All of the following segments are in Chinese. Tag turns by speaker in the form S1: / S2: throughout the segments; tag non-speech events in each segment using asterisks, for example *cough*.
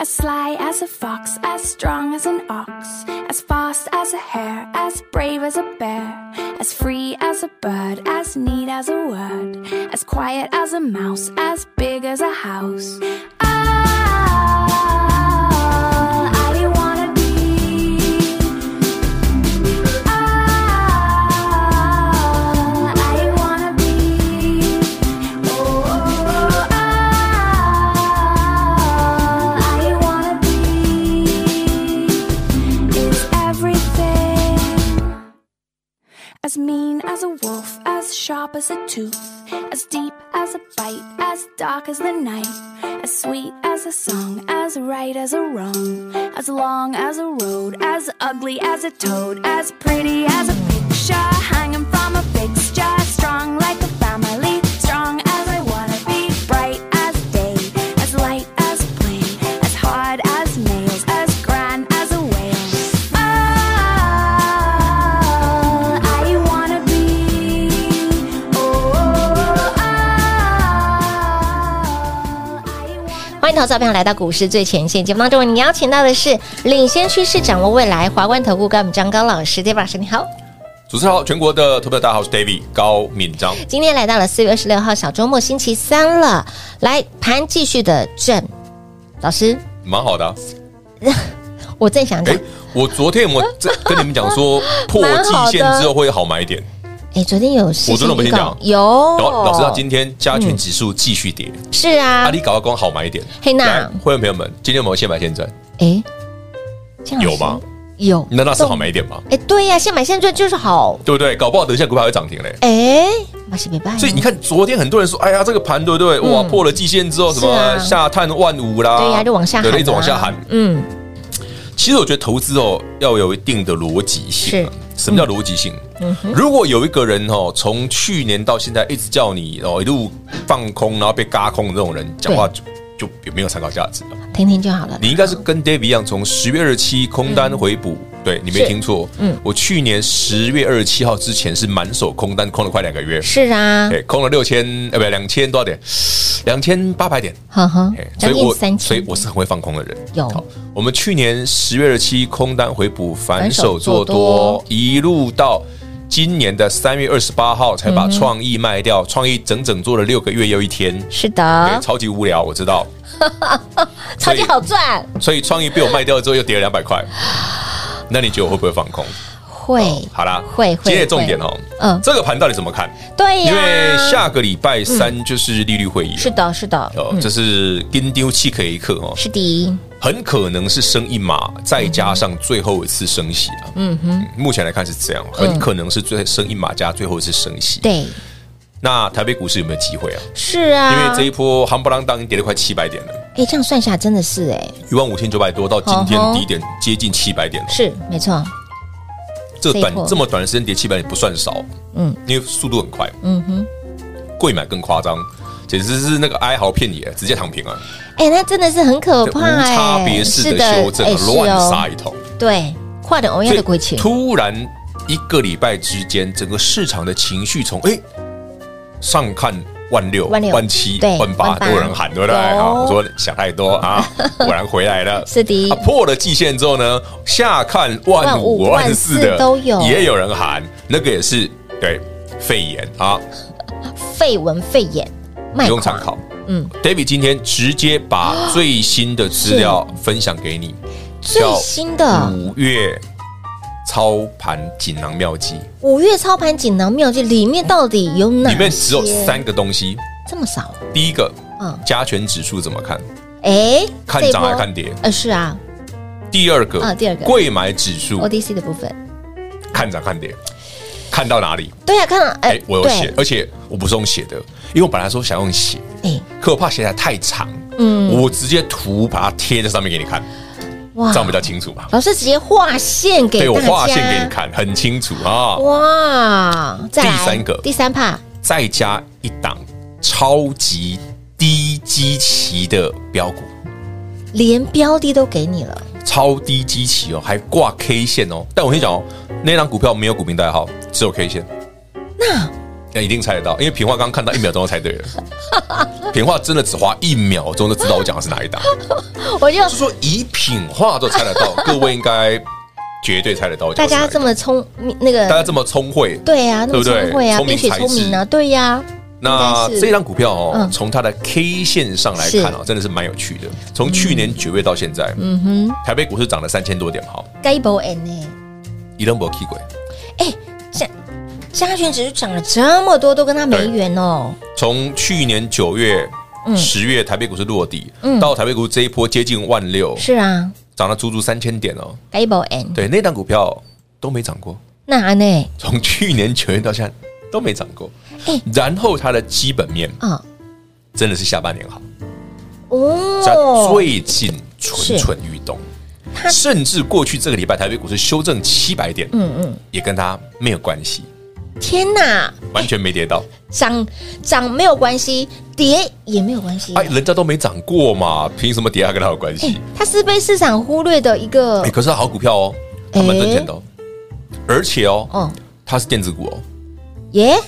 S1: As sly as a fox, as strong as an ox, as fast as a hare, as brave as a bear, as free as a bird, as neat as a word, as quiet as a mouse, as big as a house. Ah, I do wanna be. Ah, I do wanna be. Oh, I, I wanna be is everything. As mean as a wolf, as sharp as a tooth, as deep as a bite, as dark as the night, as sweet as a song, as right as a wrong, as long as a road, as ugly as a toad, as pretty as a picture, hanging from a fixture, strong like a family, strong as I wanna be, bright as day, as light as a plane, as hard as nails, as grand as a whale. Ah, I wanna be. Oh, ah, I wanna.
S2: 欢迎投资者朋友来到股市最前线节目当中，你邀请到的是领先趋势、掌握未来华冠投顾高敏章高老师，大家老师你好。
S3: 主持人好，全国的投票大家好，我是 David 高敏章。
S2: 今天来到了四月二十六号小周末星期三了，来盘继续的震。老师，
S3: 蛮好
S2: *laughs*
S3: 的、啊。
S2: 我正想
S3: 哎、
S2: 讲，
S3: 我昨天我在跟你们讲
S2: *laughs*
S3: 说，破季线之后会好买一点。
S2: 哎，昨天有事
S3: 我昨
S2: 情
S3: 天有没
S2: 预
S3: 跟你
S2: 告
S3: 讲
S2: 有，
S3: 然后老师，他今天加权指数继续跌，
S2: 是哦嗯啊
S3: 阿，里搞到光好买一点。
S2: 嘿娜
S3: 来会员朋友们，今天我们现买现赚，
S2: 哎，这样
S3: 有
S2: 老师
S3: 吗？
S2: 有，
S3: 那那是好买一点吗？
S2: 哎，对呀，现买现赚就是好，
S3: 对不对？搞不好等一下股票还会涨停嘞。
S2: 哎，马西没办
S3: 所以你看，昨天很多人说，哎呀，这个盘对不对？哇，破了季线之后，
S2: 嗯
S3: 什
S2: 是啊
S3: 么下探万五啦，
S2: 对呀，就往下
S3: 对
S2: 喊，啊
S3: 一直往下喊。
S2: 嗯，
S3: 其实我觉得投资哦，要有一定的逻辑性啊。什么叫逻辑性？
S2: 嗯
S3: 如果有一个人哦，从去年到现在一直叫你哦一路放空，然后被嘎空的这种人，讲话就就有没有参考价值了。
S2: 听听就好了。
S3: 你应该是跟 David 一样，从十月二十七空单回补，对你
S2: 嗯
S3: 没
S2: 是
S3: 听错。嗯，我去年十月二十七号之前是满手空单，空了快两个月，
S2: 是啊，
S3: 对，空了六千，呃，不，两千多少点？两千八百点。
S2: 呵呵
S3: 哎，所
S2: 将
S3: 以
S2: 近
S3: 我
S2: 三
S3: 所以
S2: 千，
S3: 我是很会放空的人。
S2: 有
S3: 好，我们去年十月二十七空单回补，反手做
S2: 反手做多
S3: 多，一路到今年的三月二十八号才把创意卖掉，创意整整做了六个月又一天。
S2: 是
S3: 对，
S2: 的，
S3: 超级无聊，我知道，
S2: 超级好赚，
S3: 所以创意被我卖掉之后又跌了两百块，那你觉得我会不会放空？
S2: 会，
S3: 哦好啦，
S2: 会会
S3: 今天的重点哦，
S2: 嗯
S3: 这个盘到底怎么看？
S2: 对呀，
S3: 因为下个礼拜三就是利率会议了，
S2: 是的，是的，
S3: 哦，这是金丢气可一刻哦，
S2: 是的，
S3: 很可能是升一码，再加上最后一次升息啊。嗯哼，目前来看是这样，很可能是最升一码加最后一次升息。，
S2: 嗯对，
S3: 那台北股市有没有机会啊？
S2: 是
S3: 因
S2: 啊，
S3: 为这一波夯不啷当跌了快七百点了，
S2: 哎，这样算下来真的是哎，
S3: 一万五千九百多到今天
S2: 哦吼
S3: 低点接近七百点了。
S2: 是没错，
S3: 这
S2: 这一
S3: 短
S2: 波
S3: 这么短的时间跌七百点不算少，
S2: 嗯
S3: 嗯，因为速度很快。嗯哼，贵买更夸张。简直是那个哀嚎遍野，直接躺平啊！
S2: 哎，那真的是很可
S3: 无
S2: 怕哎，
S3: 差别式的修正
S2: 哎，
S3: 啊，乱
S2: 是哦
S3: 杀一通。
S2: 对，跨的欧亚的
S3: 所
S2: 规
S3: 以
S2: 情，
S3: 突然一个礼拜之间，整个市场的情绪从哎上看万六、
S2: 万六
S3: 七、
S2: 对
S3: 万八，
S2: 万八
S3: 都有人喊，对不对？
S2: 有
S3: 啊，我说想太多
S2: *laughs*
S3: 啊，果然回来了。
S2: 是的
S3: 啊破了季线之后呢，下看万五、
S2: 万五
S3: 万四的
S2: 万四都有
S3: 也有人喊，那个也是对肺炎啊，
S2: 肺文肺炎，
S3: 不
S2: 卖
S3: 用
S2: 垮
S3: 参考。
S2: 嗯
S3: ，David 今天直接把最新的资
S2: *gasps*
S3: 料分享给你，
S2: 最
S3: 叫
S2: 新啊的
S3: 五月操盘锦囊妙计。
S2: 五月操盘锦囊妙计里面到底有哪些？
S3: 里面只有三个东西。
S2: 这么少？
S3: 第一个，
S2: 嗯，
S3: 加权指数怎么看？
S2: 哎，
S3: 看
S2: 这一
S3: 涨还
S2: 波
S3: 看跌？
S2: 呃，是啊
S3: 第二个，
S2: 啊第二个
S3: 贵买指数
S2: ，ODC 的部分，
S3: 看涨看跌，看到哪里？
S2: 对啊，看到
S3: 哎，我有写
S2: 对，，
S3: 而且我不是用写的，因为我本来说想用写，
S2: 哎，
S3: 可我怕写起来太长，
S2: 嗯，
S3: 我直接图把它贴在上面给你看。
S2: 哇
S3: 这样比较清楚吧？
S2: 老师直接划线给
S3: 对我
S2: 大家，
S3: 画线给你看，很清楚啊。
S2: 哇，再来
S3: 第三个
S2: 第三怕
S3: 再加一档超级低基期的标股，
S2: 连标的都给你了，
S3: 超低基期哦，还挂 K 线哦。但我跟你讲哦，那档股票没有股民代号，只有 K 线。哎那那一定猜得到，因为平话刚看到一秒钟就猜
S2: *laughs*
S3: 对了。平话真的只花一秒钟就知道我讲的是哪一档，
S2: 我就
S3: 就说以品话都猜得
S2: *laughs*
S3: 到，各位应该绝对猜得到我
S2: 大
S3: 讲的是哪
S2: 家这么
S3: 一档。
S2: 聪明，那
S3: 大家
S2: 个
S3: 这么聪慧，
S2: 对呀、那么
S3: 对不对
S2: 聪慧啊，
S3: 聪
S2: 冰
S3: 明
S2: 雪
S3: 才
S2: 聪明啊，
S3: 智
S2: 对呀、
S3: 那
S2: 应该是
S3: 这张股票哦
S2: 嗯，
S3: 从它的 K 线上来看哦，真的是蛮有趣的。从去年九月到现在，嗯哼，台北股市涨了三千多点，好，
S2: 该 b o n 呢？
S3: 一登博 K 鬼，
S2: 哎，加加权指数涨了这么多，都跟它没缘哦。
S3: 从去年九月、
S2: 嗯
S3: 十月台北股市落底，到台北股市这一波接近万六，
S2: 是啊，
S3: 涨了足足三千点哦。
S2: 该 b o n
S3: 对，那档股票都没涨过，
S2: 那安呢？
S3: 从去年九月到现在都没涨过
S2: 哎。
S3: 然后它的基本面
S2: 啊
S3: 真的是下半年好，在
S2: 哦，
S3: 最近蠢蠢欲动。甚至过去这个礼拜，台北股市修正七百点，
S2: 嗯嗯，哎
S3: 也跟它没有关系，
S2: 天哪，
S3: 完全没跌到。
S2: 涨涨没有关系，跌也没有关系
S3: 哎，。人家都没涨过嘛，凭什么跌它跟它有关
S2: 哎
S3: 系？
S2: 它是被市场忽略的一个
S3: 哎，可是好股票哦，他们挣钱的哦，而且哦，
S2: 哦
S3: 它是电子股哦，
S2: 耶，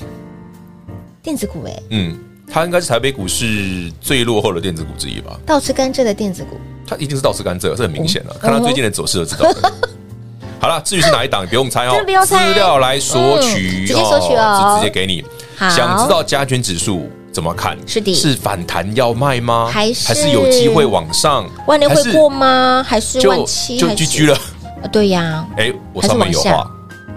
S2: 电子股哎，
S3: 嗯，它应该是台北股市最落后的电子股之一吧？
S2: 倒吃甘蔗的电子股，
S3: 它一定是倒吃甘蔗，这很明
S2: 哦
S3: 显了，啊看它最
S2: 嗯
S3: 近的走势就知道了。 *laughs* 好了，至于是哪一档，不用猜哦
S2: 真的，不用猜
S3: 资料来索取
S2: 嗯直
S3: 哦，
S2: 接索取哦
S3: 就直接给你。
S2: 好
S3: 想知道加权指数怎么看？
S2: 是的
S3: 是反弹要卖吗？
S2: 还是
S3: 有机会往上？
S2: 万年
S3: 还
S2: 会
S3: 是
S2: 过吗？还是万
S3: 就
S2: 七？
S3: 就
S2: 还是
S3: GG 了。
S2: 啊对呀，
S3: 哎，我上面有
S2: 还是往
S3: 话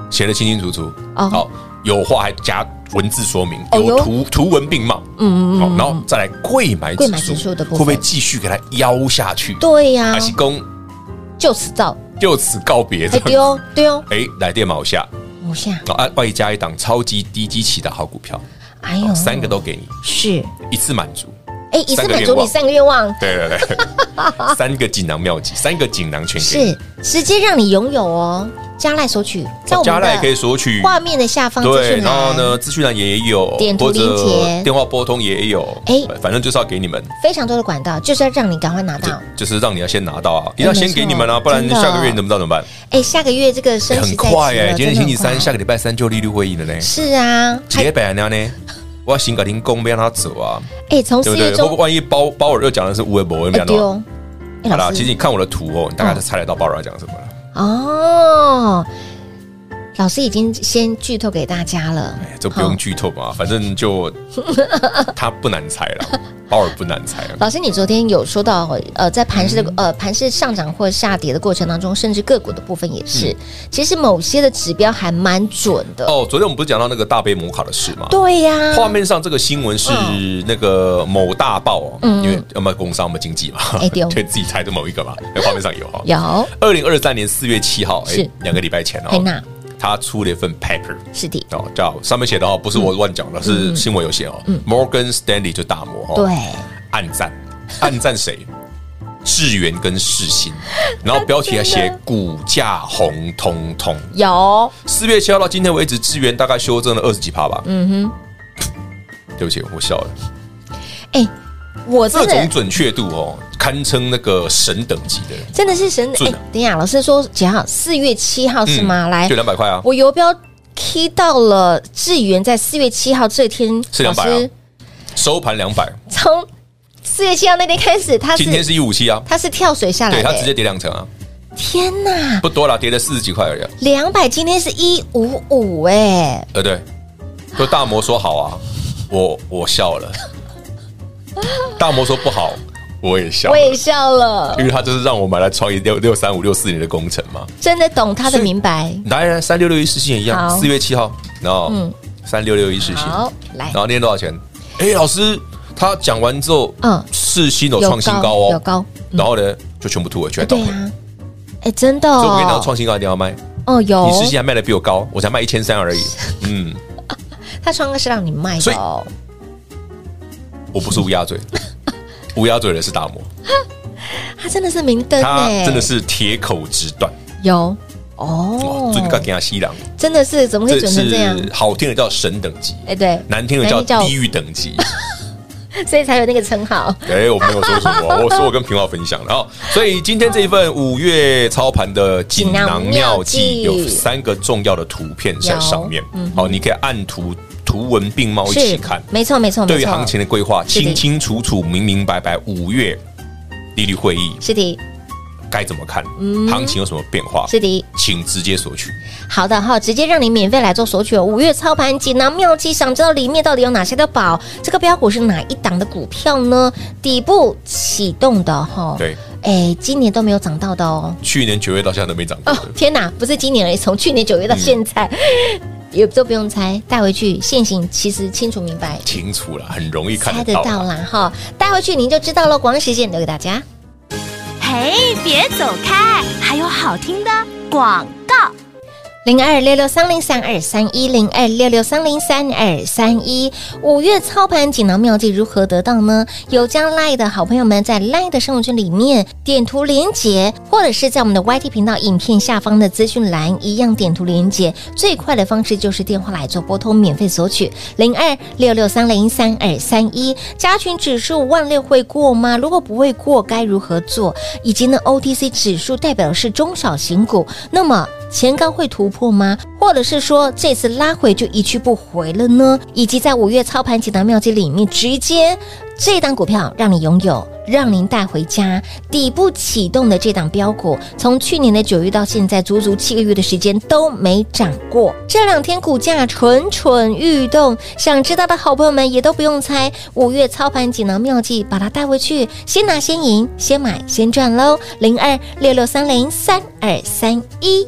S3: 写的清清楚楚，
S2: 哦
S3: 好，有话还加文字说明，
S2: 哦
S3: 有
S2: 哟
S3: 图图文并茂。
S2: 嗯
S3: 好，然后再来贵买
S2: 贵买指数的部分
S3: 会不会继续给它压下去？
S2: 对啊呀
S3: 还，是公
S2: 就此造，
S3: 就此告别？
S2: 哎丢丢，
S3: 哎，来电毛下，
S2: 往下，
S3: 然后啊外加一档超级低基期的好股票，
S2: 哎呦，
S3: 三个都给你，
S2: 是，
S3: 一次满足。
S2: 哎，一次
S3: 三个
S2: 满
S3: 愿
S2: 足你
S3: 望
S2: 三个愿望，
S3: 对对
S2: *laughs*
S3: 对，三个锦囊妙计，三个锦囊全给你
S2: 是。直接让你拥有哦，加赖索取，在我
S3: 哦加
S2: 们
S3: 赖可以
S2: 的
S3: 索取，
S2: 画面的下方资
S3: 对，
S2: 讯
S3: 然后
S2: 栏，
S3: 呢，资讯栏也有，
S2: 点图
S3: 或
S2: 连
S3: 者
S2: 结
S3: 电话拨通也有，
S2: 哎
S3: 反正就是要给你们，
S2: 非常多的管道，就是要让你赶快拿到。
S3: 就就是让你要先拿到啊，一定要
S2: 哎没
S3: 先
S2: 错
S3: 给你们啊，不然
S2: 真的
S3: 下个月你怎么知道怎么办？
S2: 哎，下个月这个
S3: 哎
S2: 升息
S3: 很
S2: 在
S3: 快
S2: 即
S3: 哎，
S2: 了，
S3: 今
S2: 真的
S3: 天星
S2: 很
S3: 期三，
S2: 快
S3: 下个礼拜三就利率会议了呢，
S2: 是啊，
S3: 几礼拜了呢？我要先给您公，不要让他走啊，
S2: 哎，从
S3: 对
S2: 四
S3: 不
S2: 月
S3: 对？会
S2: 中
S3: 不会万一包包尔又讲的是无为博，
S2: 哎
S3: 没
S2: 丢
S3: 有？，
S2: 哎
S3: 好啦，
S2: 老
S3: 其实
S2: 师
S3: 你看我的图哦，你大概就猜得到鲍尔要讲什么了。
S2: 哦，老师已经先剧透给大家了
S3: 哎，这不用
S2: 好
S3: 剧透嘛，反
S2: *laughs*
S3: 正就他不难猜了，鲍尔不难猜啊了。
S2: 老师，你昨天有说到，呃，在盘
S3: 嗯
S2: 市的呃盘市上涨或下跌的过程当中，甚至个股的部分也是，
S3: 嗯
S2: 其实某些的指标还蛮准的。
S3: 哦，昨天我们不是讲到那个大杯摩卡的事吗？
S2: 对呀、
S3: 画面上这个新闻是那个某大报哦，
S2: 嗯
S3: 因为要么工商，要么经济嘛
S2: 哎，对哦
S3: *laughs* 对自己猜的某一
S2: *laughs*
S3: 个嘛，在画面上有哈。
S2: 有
S3: 二零二三年四月七号，哎
S2: 是，
S3: 两个礼拜前
S2: 佩
S3: 哦
S2: 娜，
S3: 他出了一份 paper
S2: 是的，
S3: 哦，叫上面写的哦，不是
S2: 嗯
S3: 我乱讲的，是新闻有写哦，Morgan Stanley 就大摩哦，
S2: 对，
S3: 暗赞，暗赞谁？
S2: *laughs*
S3: 智源跟世新，然后标题还写股价红彤彤。
S2: 有
S3: 四月七号到今天为止，智源大概修正了二十几趴吧。嗯哼，对不起，我笑了。
S2: 哎，我
S3: 这
S2: 真
S3: 种
S2: 的
S3: 准确度哦，堪称那个神等级的。
S2: 真的是神哎
S3: 准啊，
S2: 等一下，老师说几号？四月七号是吗？来
S3: 就，两百块啊，
S2: 我游标 key 到了智源，在四月七号这天，
S3: 是
S2: 老
S3: 200啊
S2: 师
S3: 收盘两百，
S2: 从四月七号那天开始，它
S3: 今天
S2: 是
S3: 是一五七啊，
S2: 它是跳水下来
S3: 对，
S2: 的
S3: 它直
S2: 欸，
S3: 接跌两成啊，
S2: 天哪！
S3: 不多啦，跌了四十几块而已啊。
S2: 两百今天是一五五哎，
S3: 呃，对，就大摩说好啊，我我笑
S2: *laughs*
S3: 了。大摩说不好，我也笑了。
S2: 我也笑了，
S3: 因为他就是让我买来创业六六三五六四年的工程嘛。
S2: 真的懂他的
S3: 所以
S2: 明白。
S3: *laughs* 来来，三六六一事情也一样，
S2: 好
S3: 四月七号，然后
S2: 嗯
S3: 三六六一事情，
S2: 好，来
S3: 然，后那天多少钱？哎，老师，他讲完之后，
S2: 嗯
S3: 世新有创新高
S2: 有
S3: 哦，
S2: 高，嗯
S3: 然后呢就全部吐回去，
S2: 哎
S3: 还倒
S2: 对
S3: 回。
S2: 啊，哎，真的
S3: 所以我跟你讲，
S2: 哦，
S3: 创新高一定要卖。
S2: 哦有
S3: 你，啊世新还卖的比我高，我才卖一千
S2: *laughs*
S3: 三而已。嗯，
S2: 他创哥是让你卖
S3: 所
S2: 的
S3: 以
S2: 哦， *laughs*
S3: 我不是乌鸦嘴，乌鸦嘴的是达摩，
S2: 它真的是明灯
S3: 他
S2: 哎，
S3: 真的是铁口直断。
S2: 有
S3: 哦
S2: 哦，，
S3: 最近刚给他吸狼，
S2: 真的是怎么会准成这样？
S3: 是好听的叫神等级，
S2: 哎，对，
S3: 难听的
S2: 难听
S3: 叫
S2: 叫
S3: 地狱等级。
S2: 所以才有那个称号。
S3: 哎，我没有说什么，我说我跟平华分享的哦。所以今天这一份五月操盘的锦囊妙
S2: 锦囊妙计嗯
S3: 计有三个重要的图片在上面，好，你可以按图图文并茂一起看。
S2: 没错没错没错。
S3: 对于行情的规划，
S2: 是的
S3: 清清楚楚、明明白白。五月利率会议
S2: 是的，
S3: 该怎么看？行情有什么变化？
S2: 嗯是的，
S3: 请直接索取。
S2: 好的哈，直接让你免费来做索取哦。五月操盘锦囊妙计，想知道里面到底有哪些的宝？这个标股是哪一档的股票呢？底部启动的哈，
S3: 对，
S2: 哎，今年都没有涨到的哦。
S3: 去年九月到现在都没涨过
S2: 哦
S3: 的，
S2: 天哪，不是今年而已，从去年九月到现在，
S3: 嗯
S2: 也都不用猜，带回去现行其实清楚明白，
S3: 清楚了，很容易看
S2: 猜得
S3: 得到啊
S2: 到
S3: 啦。
S2: 啦哈，带回去您就知道了。广告时间留给大家。
S4: 嘿，别走开，还有好听的广告。
S2: 零二六六三零三二三一零二六六三零三二三一五月操盘锦囊妙计如何得到呢？有加 Line 的好朋友们在 Line 的生活圈里面点图连接，或者是在我们的 YT 频道影片下方的资讯栏一样点图连接。最快的方式就是电话来做拨通免费索取零二六六三零三二三一。加权指数万六会过吗？如果不会过，该如何做？以及呢 OTC 指数代表的是中小型股，那么前高会突破吗？或者是说这次拉回就一去不回了呢？以及在五月操盘锦囊妙计里面，直接这档股票让你拥有，让您带回家，底部启动的这档标股，从去年的九月到现在，足足七个月的时间都没涨过。这两天股价蠢蠢欲动，想知道的好朋友们也都不用猜，五月操盘锦囊妙计，把它带回去，先拿先赢，先买先赚喽！零二六六三零三二三一。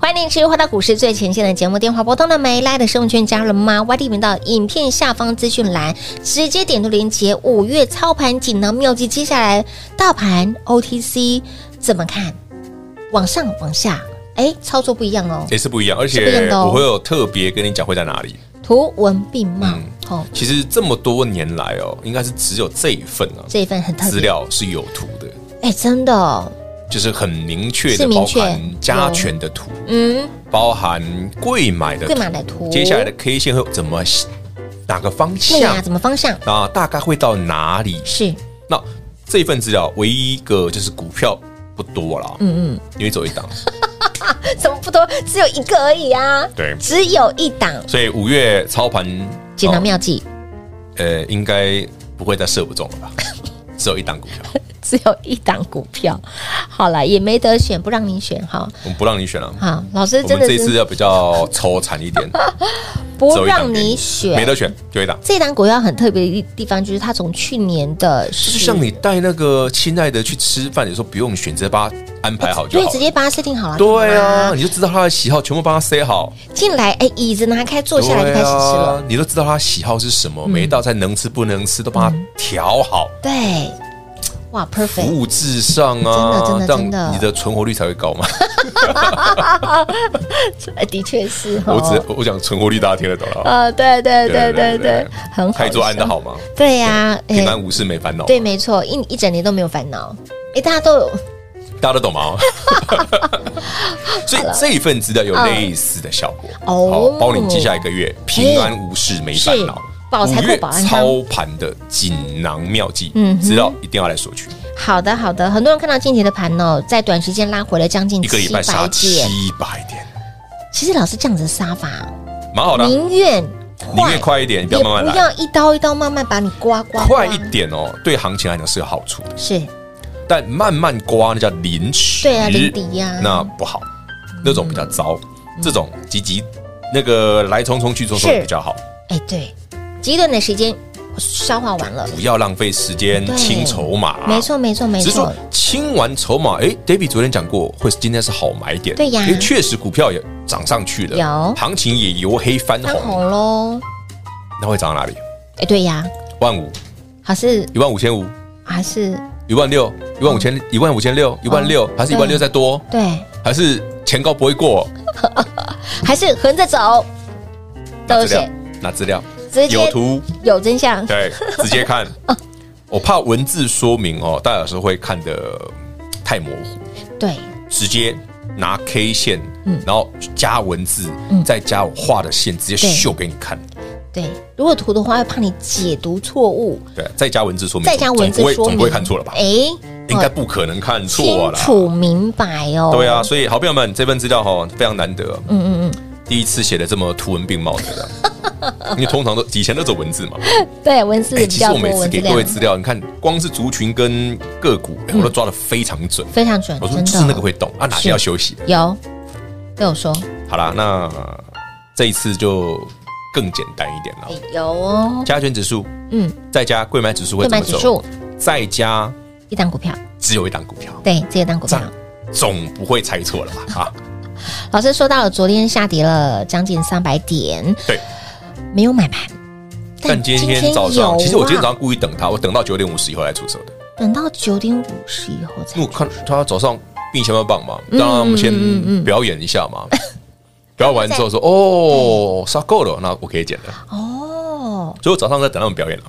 S2: 欢迎持续回到股市最前线的节目，电话拨通了没？来的生物圈加入了吗？YT 频道影片下方资讯栏直接点入连接。五月操盘锦囊妙计，接下来大盘 OTC 怎么看？往上往下，哎，操作不一样哦，
S3: 也是不一样，而
S2: 是不一样
S3: 且
S2: 的哦
S3: 我会有特别跟你讲会在哪里。
S2: 图文并茂、
S3: 嗯
S2: 哦。
S3: 其实这么多年来哦，应该是只有这一份啊，
S2: 这一份很特别，
S3: 资料是有图的，
S2: 哎，真的、哦，
S3: 就是很明确
S2: 是
S3: 的，
S2: 明
S3: 包
S2: 确
S3: 含加权的图，
S2: 嗯，
S3: 包含贵买的
S2: 贵买的图
S3: 接下来的 K 线会怎么哪个方
S2: 对呀、
S3: 向
S2: 怎么方向
S3: 啊？大概会到哪里？
S2: 是？
S3: 那这份资料唯一一个就是股票不多啦，
S2: 嗯
S3: 因为走一
S2: *laughs*
S3: 档，
S2: 嗯，怎么不多，只有一个而已啊？
S3: 对
S2: 只有一档
S3: 所以五月操盘
S2: 锦囊
S3: 哦
S2: 妙计，
S3: 呃，应该不会再射不中了
S2: *laughs*
S3: 吧？只有一档股票，
S2: 只有一档股票。好了，也没得选，不让你选哈。
S3: 我们不让你选了。
S2: 好，老师
S3: 我
S2: 真的
S3: 们这一次
S2: 是
S3: 要比较抽惨一
S2: *laughs*
S3: 点，
S2: 不
S3: 走一档
S2: 让
S3: 给
S2: 你
S3: 没
S2: 选。
S3: 得选就一档。
S2: 这档股票很特别的地方，就是它从去年的
S3: 就是
S2: 是
S3: 像你带那个亲爱的去吃饭，你说不用选，直接把它安排好就
S2: 对，
S3: 好
S2: 直
S3: 了。
S2: 接把它设定好了。
S3: 对啊，
S2: 干嘛，
S3: 你就知道他的喜好，全部帮他塞好。
S2: 进来，哎，椅子拿开，坐
S3: 对
S2: 下来就开始吃了。嗯
S3: 啊，你都知道他喜好是什么，每一道菜能吃不能吃都帮他调好，
S2: 对，哇
S3: 啊服
S2: ，perfect，
S3: 务至上啊，
S2: 真的真的真的
S3: 让你的存活率才
S2: *laughs*
S3: 会高嘛。
S2: 哎的确是哈。
S3: 我只我讲存活率，大家听得懂了啊。
S2: 呃，对对对对
S3: 对
S2: 对
S3: 对对，
S2: 很好。
S3: 开桌安的好吗？
S2: 对呀、嗯哎，
S3: 平安无事没烦恼，
S2: 对，没错，一一整年都没有烦恼。哎，大家都有
S3: 大家都
S2: *laughs*
S3: 懂吗？ *laughs* 所以这一份资料有类似的效果
S2: 嗯哦哎
S3: 好包你接下来一个月平安无事没烦恼
S2: 是。保财
S3: 五月
S2: 库保安康
S3: 操盘的锦囊妙计
S2: 嗯，哼嗯
S3: 资料一定要来索取。
S2: 好的好的，很多人看到今天的盘哦，在短时间拉回了将近
S3: 一个礼拜
S2: 700
S3: 杀
S2: 点。
S3: 七百点，
S2: 其实老师这样子的杀法，
S3: 蛮好的啊，
S2: 宁愿
S3: 宁愿快一点，不要
S2: 也
S3: 慢慢
S2: 不
S3: 来，
S2: 要一刀一刀慢慢把你刮刮刮
S3: 快一点哦，对行情来讲是有好处的，
S2: 是
S3: 但慢慢刮那叫临时，
S2: 对啊临敌呀嗯
S3: 那不好，那种比较糟，这种急急那个来匆匆去匆匆
S2: 是
S3: 比较好。
S2: 哎对，极短的时间消化完了。
S3: 不要浪费时间
S2: 对
S3: 清筹码，
S2: 没错，没错，没
S3: 只是
S2: 错
S3: 说，清完筹码，哎，David 昨天讲过，会是今天是好买点，
S2: 对呀
S3: 因为确实股票也涨上去了，
S2: 有
S3: 行情也由黑翻
S2: 翻
S3: 红，
S2: 红喽。
S3: 那会涨到哪里？
S2: 哎，对呀，
S3: 万五、
S2: 还是
S3: 一万五千五、
S2: 还是
S3: 一万六、一万五千、一万五千六、一万六，还是一万六再多，
S2: 对，
S3: 还是前高不会过？
S2: 还是横着走，都
S3: 拿
S2: 有
S3: 资料
S2: 写，
S3: 拿资料，
S2: 直接哦
S3: 有图，
S2: 有真相。 *laughs*
S3: 对，直接看。我怕文字说明哦，大家有时候会看的太模糊，
S2: 对，
S3: 直接拿 K 线，
S2: 嗯
S3: 然后加文字，再加我画的线，直接
S2: 对
S3: 秀给你看。
S2: 对，如果图的话，会怕你解读错误，
S3: 对，再加文字说明，
S2: 再加文字
S3: 嗯总不会
S2: 说
S3: 总
S2: 明，
S3: 不会看错了吧？
S2: 哎，
S3: 应该
S2: 哦
S3: 不可能看错
S2: 清
S3: 了。
S2: 楚明白哦。
S3: 对啊，，所以好朋友们，这份资料哈非常难得，嗯嗯嗯，第一次写的这么图文并茂的，
S2: *laughs*
S3: 因为通常都以前都走文字嘛。
S2: 对，文字
S3: 哎，
S2: 比
S3: 其实
S2: 较
S3: 我
S2: 多，
S3: 每次
S2: 文字
S3: 给各
S2: 量
S3: 位资料，你看光是族群跟个股，哎我都抓的非常准。
S2: 非常准，
S3: 我说
S2: 真
S3: 就是
S2: 的
S3: 那个会动啊，哪
S2: 是
S3: 些要休息的？
S2: 有都有说，
S3: 好啦，那这一次就更简单一点了
S2: 哎。有哦，
S3: 加权指数，
S2: 嗯，
S3: 再加贵买指数会
S2: 对
S3: 怎
S2: 买
S3: 么
S2: 指
S3: 走
S2: 数？
S3: 再加
S2: 一档股票，
S3: 只有一档股票，
S2: 对，这一档股票
S3: 涨。总不会猜错了吧？啊，
S2: 老师说到了，昨天下跌了将近三百点，
S3: 对，
S2: 没有买盘，
S3: 但今天早
S2: 有
S3: 上，
S2: 啊
S3: 其实我今天早上故意等他，我等到九点五十以后来出手的。
S2: 等到九点五十以后才
S3: 因为我看他早上并前要棒嘛，
S2: 嗯
S3: 让他们先表演一下
S2: *laughs*
S3: 嘛。表演完之后说：“哦，杀够了，那我可以剪了。
S2: 哦，”
S3: 所以我早上在等他们表演了。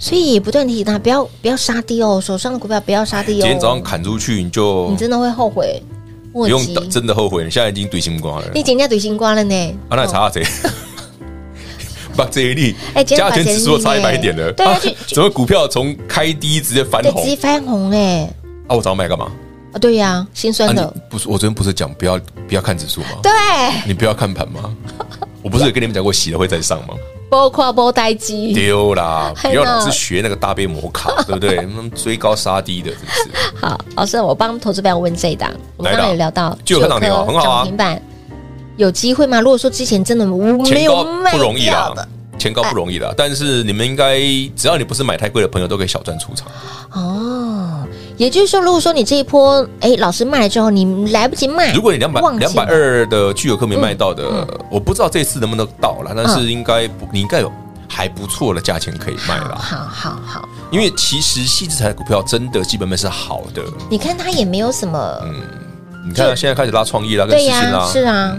S2: 所以也不断提他不要不要杀低哦，手上的股票不要杀低哦。
S3: 今天早上砍出去，你就
S2: 你真的会后悔，
S3: 不
S2: 莫
S3: 用
S2: 急，
S3: 真的后悔，你现在已经对星光了。
S2: 你今天怼星光了呢。
S3: 啊，那你查
S2: *laughs*
S3: 下谁？把这一例，
S2: 哎今天
S3: 加权指数
S2: 把这一例
S3: 差一百点了，
S2: 对啊就
S3: 怎么股票从开低直接翻
S2: 对，
S3: 红
S2: 直？接翻红嘞！
S3: 啊，我早上买干嘛？
S2: 啊，对呀、心
S3: 啊，
S2: 酸
S3: 你
S2: 的。
S3: 不是我昨天不是讲不要不要看指数吗？
S2: 对，
S3: 你不要看盘
S2: *laughs*
S3: 吗？我不是有跟你们讲过洗了会再上吗？
S2: 包括波呆机。
S3: *laughs* 丢啦！
S2: *laughs* 哎
S3: 不
S2: 呀
S3: 要老是学那个大杯
S2: *laughs*
S3: 摩卡，对不对？嗯追高杀低的，是不是？
S2: 好，老师，我帮投资朋友问这一档，我们刚刚
S3: 哪
S2: 也
S3: 一档
S2: 聊到
S3: 就有看到你哦
S2: 九颗
S3: 很好啊
S2: 涨停板有机会吗？如果说之前真的无没
S3: 前
S2: 有
S3: 高
S2: 卖
S3: 不容易
S2: 掉
S3: 啦
S2: 的，
S3: 前高不容易啦。但是你们应该，只要你不是买太贵的朋友，都可以小赚出场。
S2: 哦，也就是说，如果说你这一波，哎，老师卖了之后，你来不及卖，
S3: 如果你两百
S2: 哎忘记嗯
S3: 两百二的具有科没卖到的，我不知道这次能不能到了，但是应该不，你应该有还不错的价钱可以卖
S2: 好
S3: 啦。
S2: 好好好，
S3: 因为其实细制材的股票真的基本面是好的，
S2: 你看它也没有什么，
S3: 嗯你看
S2: 就
S3: 现在开始拉创意啦，跟
S2: 对
S3: 世
S2: 呀、
S3: 新啦，
S2: 是啊，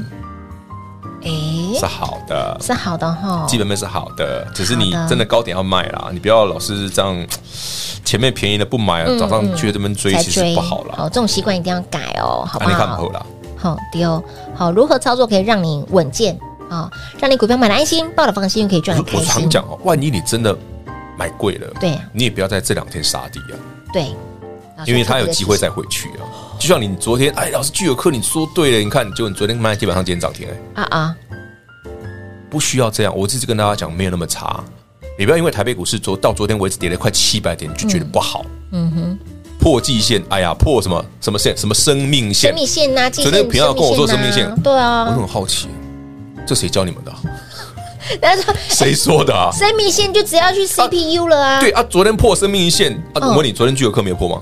S2: 哎、
S3: 是好的，
S2: 是好的哈、
S3: 基本面是好的，只是你
S2: 哦好的
S3: 真的高点要卖啦，你不要老是这样， *sniffs* 前面便宜的不买，
S2: 嗯
S3: 早上去这边追，
S2: 才
S3: 其实
S2: 追
S3: 不好啦
S2: 好，。这种习惯一定要改哦，嗯好不
S3: 啊，你看不
S2: 好
S3: 好？啦，
S2: 好丢、好，如何操作可以让你稳健啊、让你股票买的安心，抱的放心，又可以赚的
S3: 我
S2: 开
S3: 我
S2: 心
S3: 常。讲哦，万一你真的买贵了，
S2: 对啊
S3: 你也不要在这两天杀低啊。
S2: 对，老师
S3: 因为他有
S2: 特别
S3: 机会
S2: 提醒
S3: 再回去啊。就像你昨天，哎，老师具有课，你说对了，你看，结果你昨天卖，基本上今天涨停，哎，
S2: 啊啊，
S3: 不需要这样。我只是跟大家讲，没有那么差，你不要因为台北股市昨到昨天为止跌了快七百点，就觉得不好，
S2: 嗯哼，
S3: 破季线，哎呀，破什么什么线，什么生命线
S2: 生，命线呐、啊，
S3: 昨天平常跟我说生命线
S2: 啊对
S3: 我
S2: 啊，
S3: 很好奇，这谁教你们的啊？ *laughs*
S2: 但是
S3: 谁说
S2: *laughs*
S3: 的啊？
S2: 生命线就只要去 CPU 了啊。
S3: 对，啊，昨天破生命线啊，
S2: 嗯
S3: 我问你，昨天具有课没有破吗？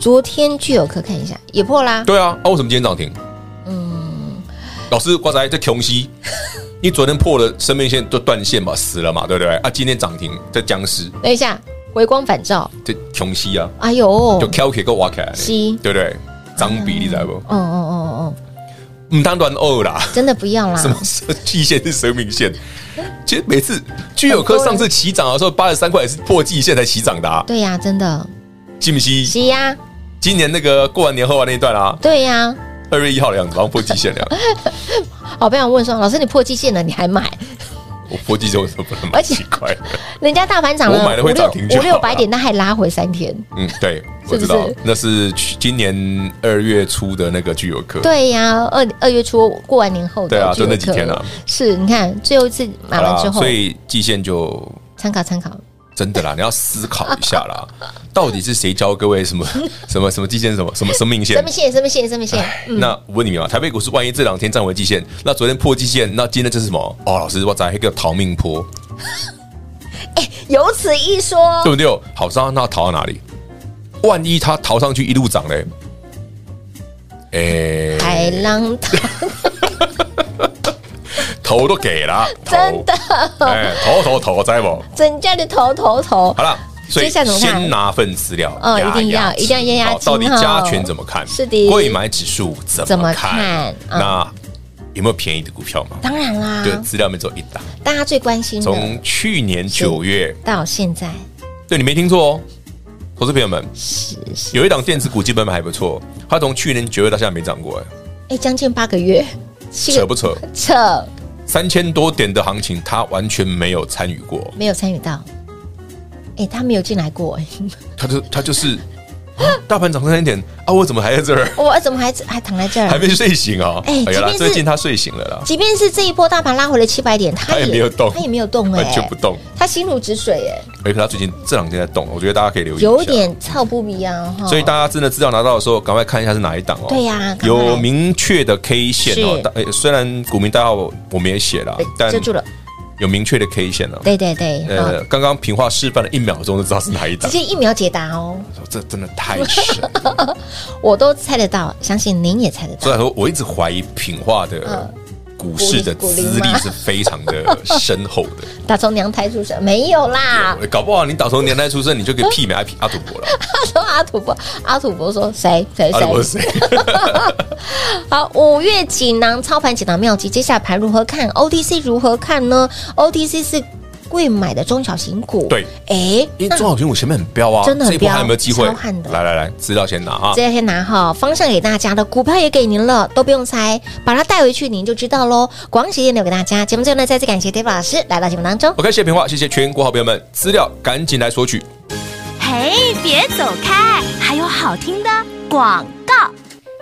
S2: 昨天具有科看一下也破啦，
S3: 对啊，啊，为什么今天涨停？嗯，老师瓜仔在穷西，你昨天破了生命线就断线嘛，死了嘛，对不对？啊，今天涨停在僵尸，
S2: 等一下回光返照，
S3: 这穷西啊，
S2: 哎呦，
S3: 就 Q K 个挖起来，
S2: 是
S3: 对不对？涨比你知道不？
S2: 哦哦哦哦，
S3: 唔当然二啦，
S2: 真的不要啦
S3: *laughs* 什，么是季线是生命线？其实每次具有科上次起涨的时候，八十三块也是破季线才起涨的、啊，
S2: 对呀、真的，
S3: 记不记？
S2: 是呀、
S3: 今年那个过完年后完那一段啊，
S2: 对呀、哦
S3: 二月一号的样子，然后破季线了，
S2: 好朋友问说，老师你破季线了，你还买？
S3: *laughs* 我破季线我怎么不能
S2: 而
S3: 蛮
S2: 且
S3: 奇怪的？
S2: 人家大盘涨了
S3: 我买了会涨停就
S2: 五
S3: 好了
S2: 六百点，那还拉回三天。
S3: 嗯，
S2: *laughs*
S3: 对，
S2: 是不
S3: 我知道
S2: 是，
S3: 那是去今年二月初的那个聚友课。
S2: 对呀、二二月初过完年后的
S3: 对啊
S2: 就有
S3: 就那几天啊
S2: 课是，你看最后一次买
S3: 好
S2: 完之
S3: 啦，
S2: 后
S3: 所，以季线就
S2: 参考参考。
S3: 真的啦，你要思考一下
S2: *laughs*
S3: 啦，到底是谁教各位什么什么什么季线什么什么生命线
S2: 生命？线，生命线，生命线。嗯，
S3: 那我问你们啊，台北股市万一这两天站回季线，那
S2: *laughs* 哎
S3: 昨天破季线，那今天这是什么？哦，老师，我在一个逃命坡，
S5: 有此一说
S3: 对，不对？好，那那逃到哪里？万一它逃上去一路涨嘞？哎、
S2: 海浪 *laughs* 大，
S3: 头都给了，头
S2: *laughs* 真的，
S3: 哎，头头头，知不？
S2: 整家的头头头
S3: 好。了，所以
S2: 接下来怎么看
S3: 先拿份资料，
S2: 哦
S3: 压
S2: 一定要
S3: 压惊
S2: 一定要压压
S3: 好
S2: 惊
S3: 到底
S2: 哦
S3: 加权怎么看？
S2: 是的
S3: 贵买指数 *laughs* 怎
S2: 怎么
S3: 么
S2: 看
S3: 看？
S2: 嗯
S3: 那有没有便宜的股票嘛？
S2: 当然啦，
S3: 对，资料没走一档，
S2: 大家最关心的
S3: 从去年九月，
S2: 到现在
S3: 对你没听错哦，投资朋友们，
S2: 是是，
S3: 有一档电子股基本面还不错，它从去年九月到现在没涨过，哎，
S2: 哎，将近八个月，是
S3: 扯不扯？
S2: 扯？
S3: 三千多点的行情，它完全没有参与过，
S2: 没有参与到，哎，他没有进来过，哎
S3: 它就它就是、
S2: *gasps*
S3: 啊大盘涨三千点啊，我怎么还在这儿？
S2: *laughs* 我怎么还还躺在这
S3: 还
S2: 儿？
S3: 没睡醒啊？
S2: 嗯哎
S3: 有啦
S2: 即便，是
S3: 最近它睡醒了啦。
S2: 即便是这一波大盘拉回了七百点，他
S3: 他也没有动
S2: 他也没有动，哎，
S3: 完全不动。
S2: 他心如止水，哎，
S3: 而且他最近这两天在动，我觉得大家可以留意一下
S2: 有。点操不一样哈。
S3: 所以大家真的资料拿到的时候，赶快看一下是哪一档
S2: 嗯
S3: 哦。
S2: 对呀赶快
S3: 有明确的 K 线哦
S2: 是。
S3: 大呃虽然股民代号我们也写了
S2: 哎，
S3: 但
S2: 遮住了，
S3: 有明确的 K 线哦。
S2: 对对对，嗯
S3: 呃
S2: 好，，
S3: 刚刚平话示范了一秒钟就知道是哪一
S2: 直
S3: 档，
S2: 接一秒解答哦，
S3: 这真的太神了。
S2: 我都猜得到，相信您也猜得
S3: 所
S2: 到。
S3: 以说，我一直怀疑平话的股市的
S2: 股龄
S3: 资历是非常的深厚的。
S2: *laughs* 打从娘胎出生没有啦，
S3: 搞不好你打从年代出生，你就可以媲美阿啊阿土伯了。
S2: 他说阿土伯，阿土伯说谁谁
S3: 阿土啊伯是
S2: 谁？
S3: 谁？
S2: *laughs* 好，五月锦囊操盘锦囊妙计，接下来盘如何看？OTC 如何看呢？OTC 是贵买的中小型股，
S3: 对，
S2: 哎，
S3: 因
S2: 那
S3: 为中小型股前面很彪啊，
S2: 真的很
S3: 这一波
S2: 彪
S3: 还有没有机会
S2: 超悍的？
S3: 来来来，资料先拿啊
S2: 这！些天拿好方向给大家了，股票也给您了，都不用猜，把它带回去您就知道喽。广喜店留给大家，节目最后呢，再次感谢 David 老师来到节目当中。
S3: OK，谢谢平话，谢谢全国好朋友们，资料赶紧来索取。
S4: 嘿，别走开，还有好听的广告。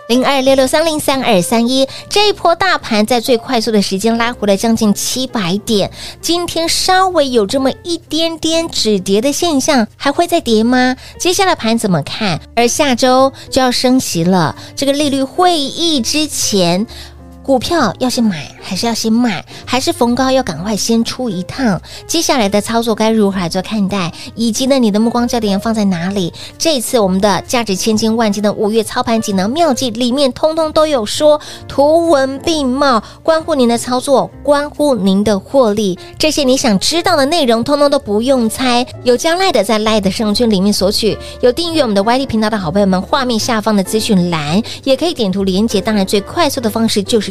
S2: 零二六六三零三二三一这一波大盘在最快速的时间拉回了将近七百点，今天稍微有这么一点点止跌的现象，还会再跌吗？接下来盘怎么看？而下周就要升息了，这个利率会议之前。股票要先买还是要先卖，还是逢高要赶快先出一趟？接下来的操作该如何来做看待？以及呢，你的目光焦点放在哪里？这一次我们的价值千金万金的五月操盘锦囊妙计里面，通通都有说，图文并茂，关乎您的操作，关乎您的获利。这些你想知道的内容，通通都不用猜。有加赖的在赖的生活圈里面索取，有订阅我们的 YT 频道的好朋友们，画面下方的资讯栏也可以点图连接。当然，最快速的方式就是